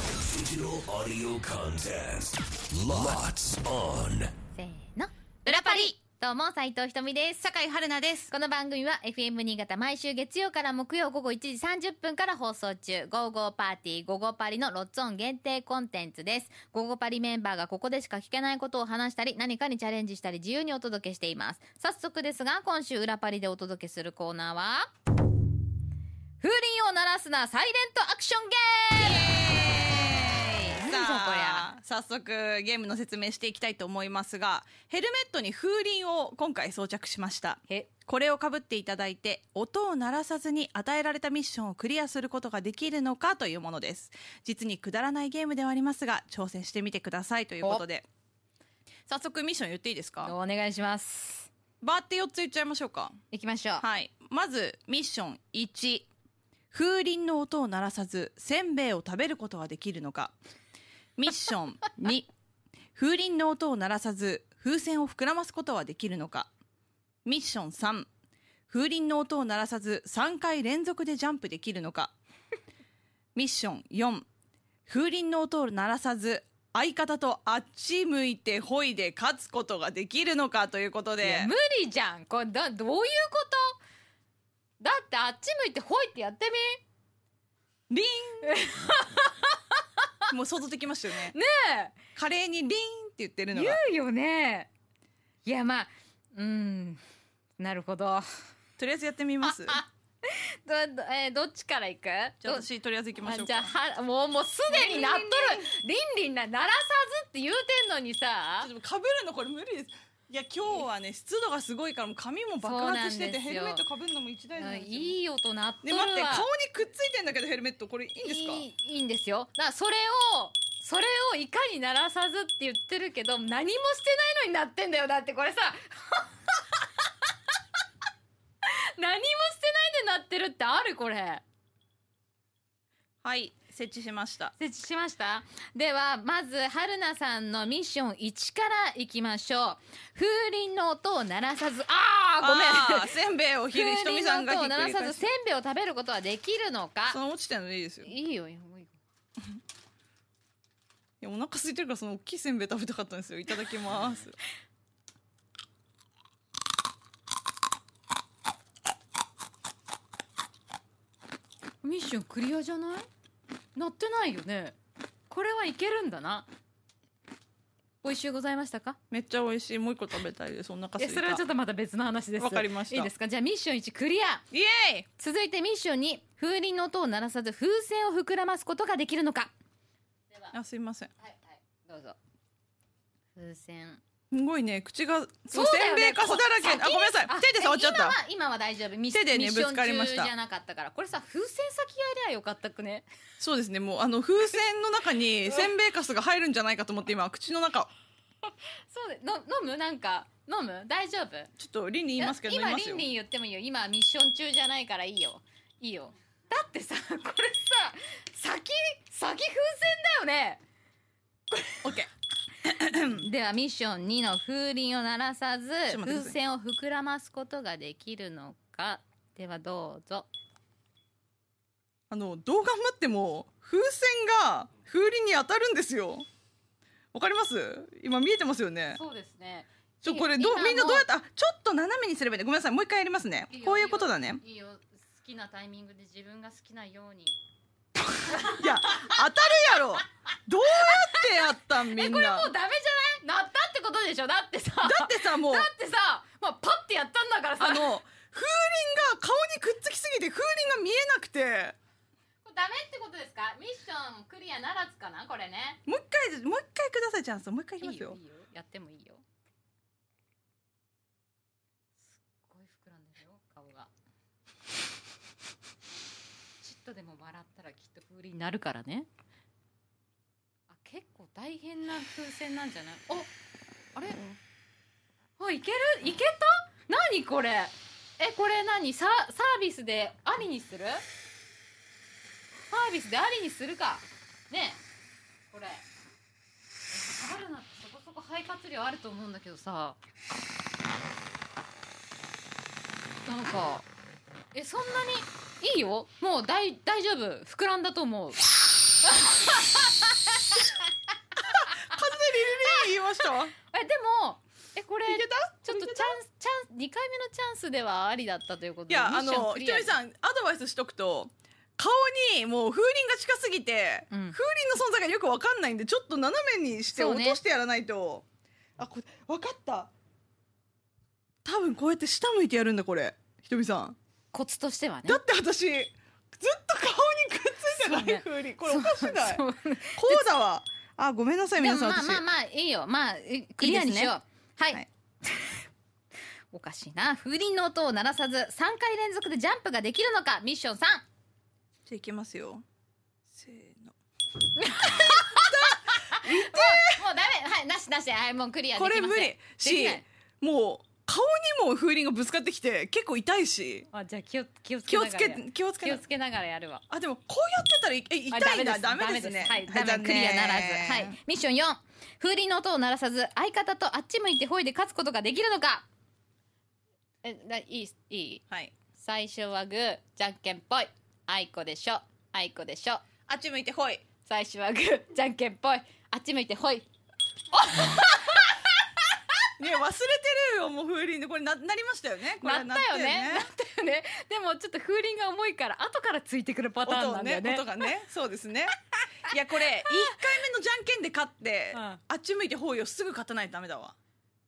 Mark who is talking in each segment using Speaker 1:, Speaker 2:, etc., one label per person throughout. Speaker 1: Digital audio contest. Lots on.
Speaker 2: せーの。裏パリどうも、斉藤ひとみです。
Speaker 3: 坂井春菜です。
Speaker 2: この番組は FM 新潟毎週月曜から木曜午後1時30分から放送中、ゴーゴーパーティー、ゴーゴーパリのロッツオン限定コンテンツです。ゴーゴーパリメンバーがここでしか聞けないことを話したり、何かにチャレンジしたり自由にお届けしています。早速ですが、今週裏パリでお届けするコーナーは、風鈴を鳴らすなサイレントアクションゲーム
Speaker 3: さ
Speaker 2: なんじゃこりゃ
Speaker 3: あ早速ゲームの説明していきたいと思いますがヘルメットに風鈴を今回装着しました
Speaker 2: え
Speaker 3: これをかぶっていただいて音を鳴らさずに与えられたミッションをクリアすることができるのかというものです実にくだらないゲームではありますが挑戦してみてくださいということで早速ミッション言っていいですか
Speaker 2: お願いします。
Speaker 3: バーって4つ言っちゃいましょうか
Speaker 2: 行きましょう。
Speaker 3: はい。まず、ミッション1。風鈴の音を鳴らさず、せんべいを食べることはできるのか。ミッション2。風鈴の音を鳴らさず、風船を膨らますことはできるのか。ミッション3。風鈴の音を鳴らさず、3回連続でジャンプできるのか。ミッション4。風鈴の音を鳴らさず、相方とあっち向いてほいで勝つことができるのかということ
Speaker 2: い
Speaker 3: で
Speaker 2: や。無理じゃんこれだどういうことだってあっち向いてほいってやって
Speaker 3: リンもう想像できましたよね
Speaker 2: みね
Speaker 3: カレーにリンって言ってる
Speaker 2: え
Speaker 3: の
Speaker 2: 言
Speaker 3: が
Speaker 2: うよねいやまあうんなるほど
Speaker 3: とりあえずやってみます
Speaker 2: どど,、えーどっちから行く
Speaker 3: じゃあ
Speaker 2: ど
Speaker 3: 私とりあえず行きましょ
Speaker 2: あ
Speaker 3: う
Speaker 2: じゃあ
Speaker 3: か
Speaker 2: はもうもうすでになっとるリンリンな鳴らさずって言うてんのにさ
Speaker 3: ちょっとかぶるのこれ無理ですいや今日はね湿度がすごいからもう髪も爆
Speaker 2: そうなん
Speaker 3: 発
Speaker 2: ですよ
Speaker 3: しててヘルメットかぶるのも一大事なんですよ
Speaker 2: いい音鳴っと
Speaker 3: ね
Speaker 2: るわ
Speaker 3: 待って顔にくっついてんだけどヘルメットこれいいんですか
Speaker 2: いいいいんですよだからそれをそれをいかに鳴らさずって言ってるけど何もしてないのになってんだよだってこれさ 何もしてないで鳴ってるってあるこれ
Speaker 3: はい設置しました
Speaker 2: 設置しましたではまず春菜さんのミッション1からいきましょう風鈴の音を鳴らさずあーごめ
Speaker 3: あー
Speaker 2: ん
Speaker 3: せんべいをひ
Speaker 2: 風
Speaker 3: るひとみ
Speaker 2: 鈴
Speaker 3: さん
Speaker 2: の
Speaker 3: がひ
Speaker 2: 音を
Speaker 3: っく
Speaker 2: 鳴ら
Speaker 3: り
Speaker 2: さ
Speaker 3: 返
Speaker 2: ず
Speaker 3: し
Speaker 2: せんべいを食べることはできるのか
Speaker 3: その落ちてるのでいいですよい
Speaker 2: いいよいいよもういいよ
Speaker 3: やお腹空いてるからその大きいせんべい食べたかったんですよいただきます
Speaker 2: ミッションクリアじゃないなってないよねこれはいけるんだなおいしゅうございましたか
Speaker 3: めっちゃ美味しいもう一個食べたいですお腹空いた
Speaker 2: それはちょっとまた別の話です
Speaker 3: わかりました
Speaker 2: いいですかじゃあミッション1クリア
Speaker 3: イエーイ
Speaker 2: 続いてミッション2風鈴の音を鳴らさず風船を膨らますことができるのか
Speaker 3: あすいません
Speaker 2: はいはいどうぞ風船
Speaker 3: すごいね口が
Speaker 2: そ
Speaker 3: そうう
Speaker 2: だ
Speaker 3: せ
Speaker 2: よ
Speaker 3: ん
Speaker 2: ね
Speaker 3: べいかすだらけあ
Speaker 2: こ
Speaker 3: ご
Speaker 2: う
Speaker 3: めんなさい
Speaker 2: 先に
Speaker 3: 手で触っちゃっ
Speaker 2: 今
Speaker 3: た
Speaker 2: は今は大丈夫ミッ
Speaker 3: 手でね
Speaker 2: ミッション
Speaker 3: ぶつかりました
Speaker 2: 中じゃなかったからこれさ風船先やりゃよかったくね
Speaker 3: そうですねもうあの風船の中にせんべいかすが入るんじゃないかと思って今口の中
Speaker 2: そうでの飲むなんか飲む大丈夫
Speaker 3: ちょっとリンリン言いますけど飲み
Speaker 2: 今
Speaker 3: ます
Speaker 2: リ
Speaker 3: よ
Speaker 2: ンリン言ってもいいよ今ミッション中じゃないからいいよいいよだってさこれさ先先風船だよね
Speaker 3: オッケー
Speaker 2: ではミッション2の風鈴を鳴らさず
Speaker 3: ょっと待ってください
Speaker 2: 風船を膨らますことができるのかではどうぞ
Speaker 3: あのどう頑張っても風船が風鈴に当たるんですよわかります今見えてますよね
Speaker 2: そうですね
Speaker 3: ちょこれどうみんなどうやってあちょっと斜めにすればいいねごめんなさいもう一回やりますねこういうことだね
Speaker 2: いいよ好きなタイミングで自分が好きなように
Speaker 3: いや当たるやろどうやってやったんみんな
Speaker 2: えこれもうダメじゃないなったってことでしょだってさ
Speaker 3: だってさもう
Speaker 2: だってさ、まあ、パッてやったんだからさ
Speaker 3: あの風鈴が顔にくっつきすぎて風鈴が見えなくて
Speaker 2: これダメってことですかミッションクリアならずかなこれね
Speaker 3: もう一回もう一回くださいチャンスもう一回いきますよ
Speaker 2: いいよやってもいいよすっごい膨らんでるよ顔がちょっとでも笑ったらきっと風鈴になるからねあ結構大変な風船なんじゃないおあれあいけるいけた何これえこれ何ササービスでありにするサービスでありにするかねえこれあるなってそこそこ肺活量あると思うんだけどさなんかえそんなにいいよもう大大丈夫膨らんだと思う2回目のチャンスではありだったということ
Speaker 3: い
Speaker 2: で
Speaker 3: や
Speaker 2: ミッ
Speaker 3: あ
Speaker 2: ション
Speaker 3: の
Speaker 2: ク
Speaker 3: ひ
Speaker 2: リ
Speaker 3: と
Speaker 2: ア
Speaker 3: りさんアドバイスしとくと顔にもう風鈴が近すぎて、
Speaker 2: うん
Speaker 3: 風鈴の存在がよくわかんないんでちょっと斜めにして
Speaker 2: そう
Speaker 3: 落
Speaker 2: ね
Speaker 3: としてやらないと、あこれわかった多分こうやって下向いてやるんだこれひとみさん
Speaker 2: コツとしてはね
Speaker 3: だって私ずっと顔にくっついてない、
Speaker 2: そうね
Speaker 3: 風鈴これおかしない
Speaker 2: そ
Speaker 3: こ
Speaker 2: うそう
Speaker 3: うだわあごめんなさい
Speaker 2: で
Speaker 3: 皆
Speaker 2: も
Speaker 3: さん
Speaker 2: まあ
Speaker 3: 私、
Speaker 2: まあまあいいよまあえクリアにしようはい、
Speaker 3: はい
Speaker 2: おかしいな風鈴の音を鳴らさず3回連続でジャンプができるのかミッション3
Speaker 3: じゃあいきますよせーの
Speaker 2: もうダメはいなしなしはいもうクリアできま
Speaker 3: こ
Speaker 2: せ
Speaker 3: れ
Speaker 2: ん
Speaker 3: 無理
Speaker 2: でき
Speaker 3: し
Speaker 2: ない
Speaker 3: もう顔にも風鈴がぶつかってきて結構痛いし
Speaker 2: あじゃあ気を気をつけな
Speaker 3: 気
Speaker 2: が
Speaker 3: をつ
Speaker 2: らや
Speaker 3: け
Speaker 2: る
Speaker 3: 気をつけ
Speaker 2: 気
Speaker 3: な
Speaker 2: をつけながらやるわ
Speaker 3: あでもこうやってたらいえ
Speaker 2: あ
Speaker 3: 痛いんだダメですね
Speaker 2: はい、ダメクリアならず。はい、ミッション4。風鈴の音を鳴らさず、相方とあっち向いてほいで勝つことができるのかえ、だいい、いい
Speaker 3: はい
Speaker 2: 最初はグー、じゃんけんぽい。あいこでしょ、あいこでしょ。
Speaker 3: あっち向いてほい
Speaker 2: 最初はグー、じゃんけんぽい。あっち向いてほい。
Speaker 3: ね忘れてるよもう風鈴でこれななりましたよねこれ
Speaker 2: なったよね。なった よね。でもちょっと風鈴が重いから、後からついてくるパターンな
Speaker 3: 音を
Speaker 2: んだ
Speaker 3: ね
Speaker 2: よね。
Speaker 3: 音がねそうですねいやこれ1回目 のじゃんけんで勝って、
Speaker 2: うん
Speaker 3: あっち向いてほいをすぐ勝たないとダメだわ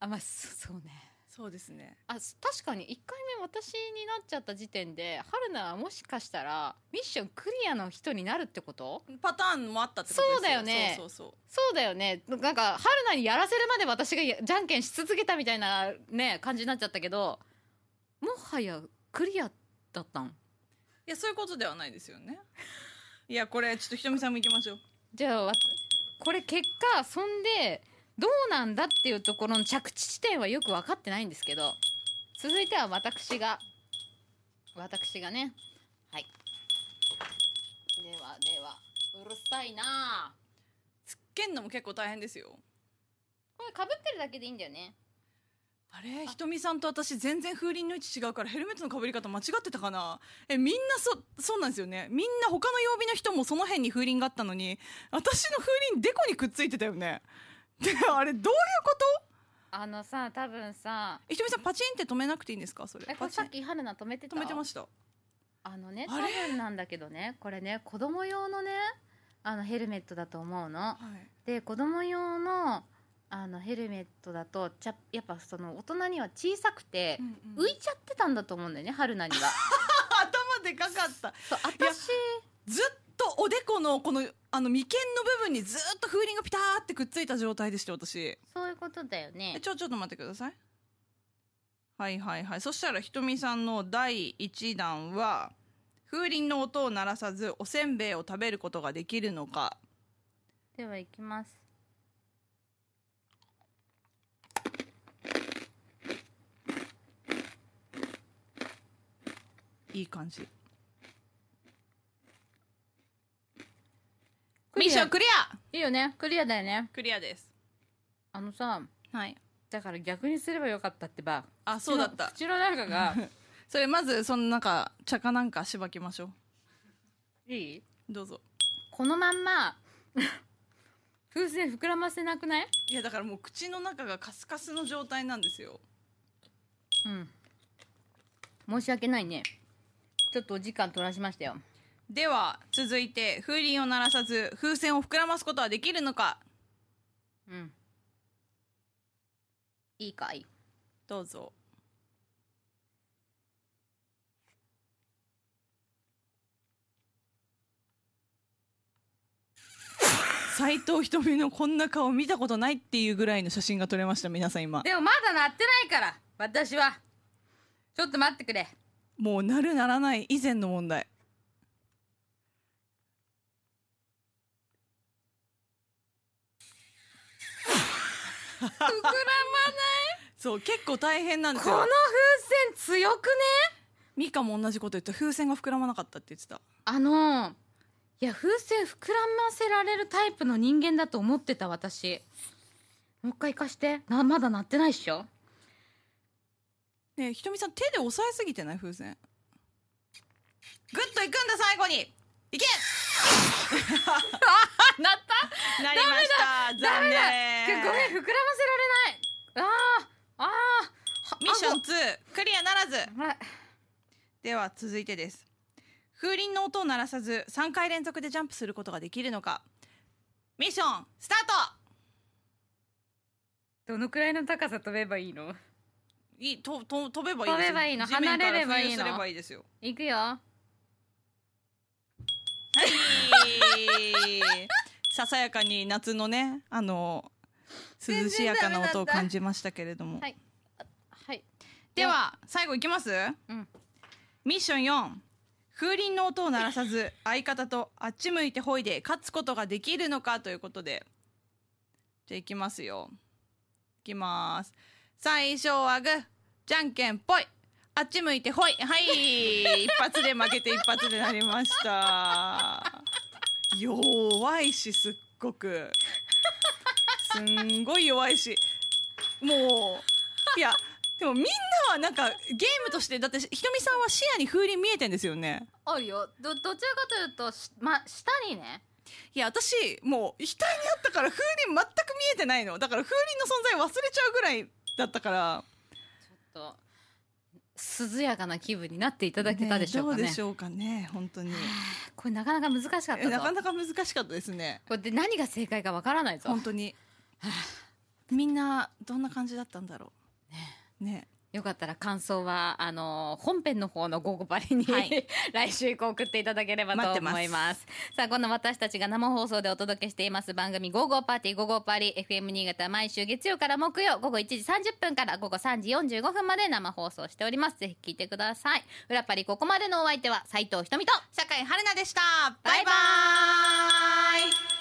Speaker 2: あ、まあ、そそうね。
Speaker 3: そうですね
Speaker 2: あす確かに1回目私になっちゃった時点で春菜はもしかしたらミッションクリアの人になるってこと
Speaker 3: パターンもあったってことです
Speaker 2: そうだよね
Speaker 3: そうそうそう
Speaker 2: そうだよねなんか春菜にやらせるまで私がやじゃんけんし続けたみたいなね感じになっちゃったけどもはやクリアだったん
Speaker 3: いやそういうことではないですよねいやこれちょっとひとみさんも行きましょう
Speaker 2: じゃあわこれ結果そんでどうなんだっていうところの着地地点はよく分かってないんですけど続いては私が私がねはいではではうるさいなあ
Speaker 3: つっけんのも結構大変ですよ
Speaker 2: これかぶってるだけでいいんだよね
Speaker 3: あれひとみさんと私全然風鈴の位置違うからヘルメットのかぶり方間違ってたかなえみんなそそうなんですよねみんな他の曜日の人もその辺に風鈴があったのに私の風鈴デコにくっついてたよねであれどういうこと
Speaker 2: あのさ多分さ
Speaker 3: えひとみさんパチンって止めなくていいんですかそれ
Speaker 2: えこ
Speaker 3: パ
Speaker 2: れ
Speaker 3: チ
Speaker 2: さ
Speaker 3: ン
Speaker 2: っき春菜止めてた
Speaker 3: 止めてました
Speaker 2: あのね多
Speaker 3: あれ
Speaker 2: 分なんだけどねこれね子供用のねあのヘルメットだと思うの
Speaker 3: はい
Speaker 2: で子供用のあのヘルメットだとちゃやっぱその大人には小さくて
Speaker 3: うんうん
Speaker 2: 浮いちゃってたんだと思うんだよね春菜には
Speaker 3: 頭でかかった
Speaker 2: そう私
Speaker 3: ずっとおでこのこのあの眉間の部分にずっと風鈴がピターってくっついた状態でした私
Speaker 2: そういうことだよ
Speaker 3: え
Speaker 2: ね
Speaker 3: ちょちょっと待ってくださいはいはいはいそしたらひとみさんの第1弾は風鈴の音を鳴らさずおせんべいを食べることができるのか
Speaker 2: ではいきます
Speaker 3: いい感じ
Speaker 2: クリア
Speaker 3: クリア
Speaker 2: いいよねクリアだよね
Speaker 3: クリアです
Speaker 2: あのさ
Speaker 3: はい
Speaker 2: だから逆にすればよかったってば
Speaker 3: あそうだった
Speaker 2: 口の中が
Speaker 3: それまずそのなんか茶かなんかしばきましょう
Speaker 2: いい
Speaker 3: どうぞ
Speaker 2: このまんま 風船膨らませなくない
Speaker 3: いやだからもう口の中がカスカスの状態なんですよ
Speaker 2: うん。申し訳ないね。ちょっとお時間取らしましたよ。
Speaker 3: では続いて風鈴を鳴らさず風船を膨らますことはできるのか
Speaker 2: うん。いいかい。
Speaker 3: どうぞ斎藤ひとみのこんな顔見たことないっていうぐらいの写真が撮れました皆さん今
Speaker 2: でもまだ鳴ってないから、私は。ちょっと待ってくれ。
Speaker 3: もうなるならない以前の問題
Speaker 2: 膨らまない
Speaker 3: そう結構大変なんです
Speaker 2: この
Speaker 3: よ
Speaker 2: 風船強くね
Speaker 3: ミカも同じこと言った風船が膨らまなかったって言ってた
Speaker 2: あの、いや、風船膨らませられるタイプの人間だと思ってた、私。もう一回行かして。な、まだ鳴ってないっしょ
Speaker 3: ねえひとみさん手で押さえすぎてない風船グッといくんだ最後にいけ
Speaker 2: 鳴った
Speaker 3: なりました
Speaker 2: ダメだ
Speaker 3: 残
Speaker 2: ご
Speaker 3: 念
Speaker 2: めん、膨らませられないああああ
Speaker 3: ミッション2クリアならず
Speaker 2: ほら
Speaker 3: では続いてです風鈴の音を鳴らさず3回連続でジャンプすることができるのかミッションスタート
Speaker 2: どのくらいの高さ飛べばいいの
Speaker 3: いいとと飛べばいいですよ
Speaker 2: 飛べばいいの
Speaker 3: 地面から
Speaker 2: 離れればいいの
Speaker 3: 浮遊すればいいですよ
Speaker 2: いくよ
Speaker 3: はい ささやかに夏のねあの涼しやかな音を感じましたけれども、
Speaker 2: はいはい
Speaker 3: では最後いきます
Speaker 2: うん
Speaker 3: ミッション4風鈴の音を鳴らさず相方とあっち向いてほいで勝つことができるのかということでじゃあいきますよいきます最初はグーじゃんけんぽいあっち向いてほいはい一発で負けて一発でなりました弱いしすっごくすんごい弱いしもういやでもみんなはなんかゲームとしてだってひとみさんは視野に風鈴見えてんですよね
Speaker 2: あるよどどちらかというとしま下にね
Speaker 3: いや私もう額にあったから風鈴全く見えてないのだから風鈴の存在忘れちゃうぐらいだったから
Speaker 2: ちょっと涼やかな気分になっていただけたでしょうかね
Speaker 3: どうでしょうかね本当に
Speaker 2: これなかなか難しかった
Speaker 3: え
Speaker 2: ぞ
Speaker 3: なかなか難しかったですね
Speaker 2: これで何が正解かわからないぞ
Speaker 3: 本当にみんなどんな感じだったんだろうね
Speaker 2: よかったら感想はあの本編の方の午後パリに、
Speaker 3: はい
Speaker 2: 来週以降送っていただければと思います
Speaker 3: 待ってます
Speaker 2: さあこの私たちが生放送でお届けしています番組「午後パーティー午後パリ」FM 新潟毎週月曜から木曜午後1時30分から午後3時45分まで生放送しておりますぜひ聞いてください裏パリここまでのお相手は斉藤ひとみと
Speaker 3: 酒井春菜でしたバイバイ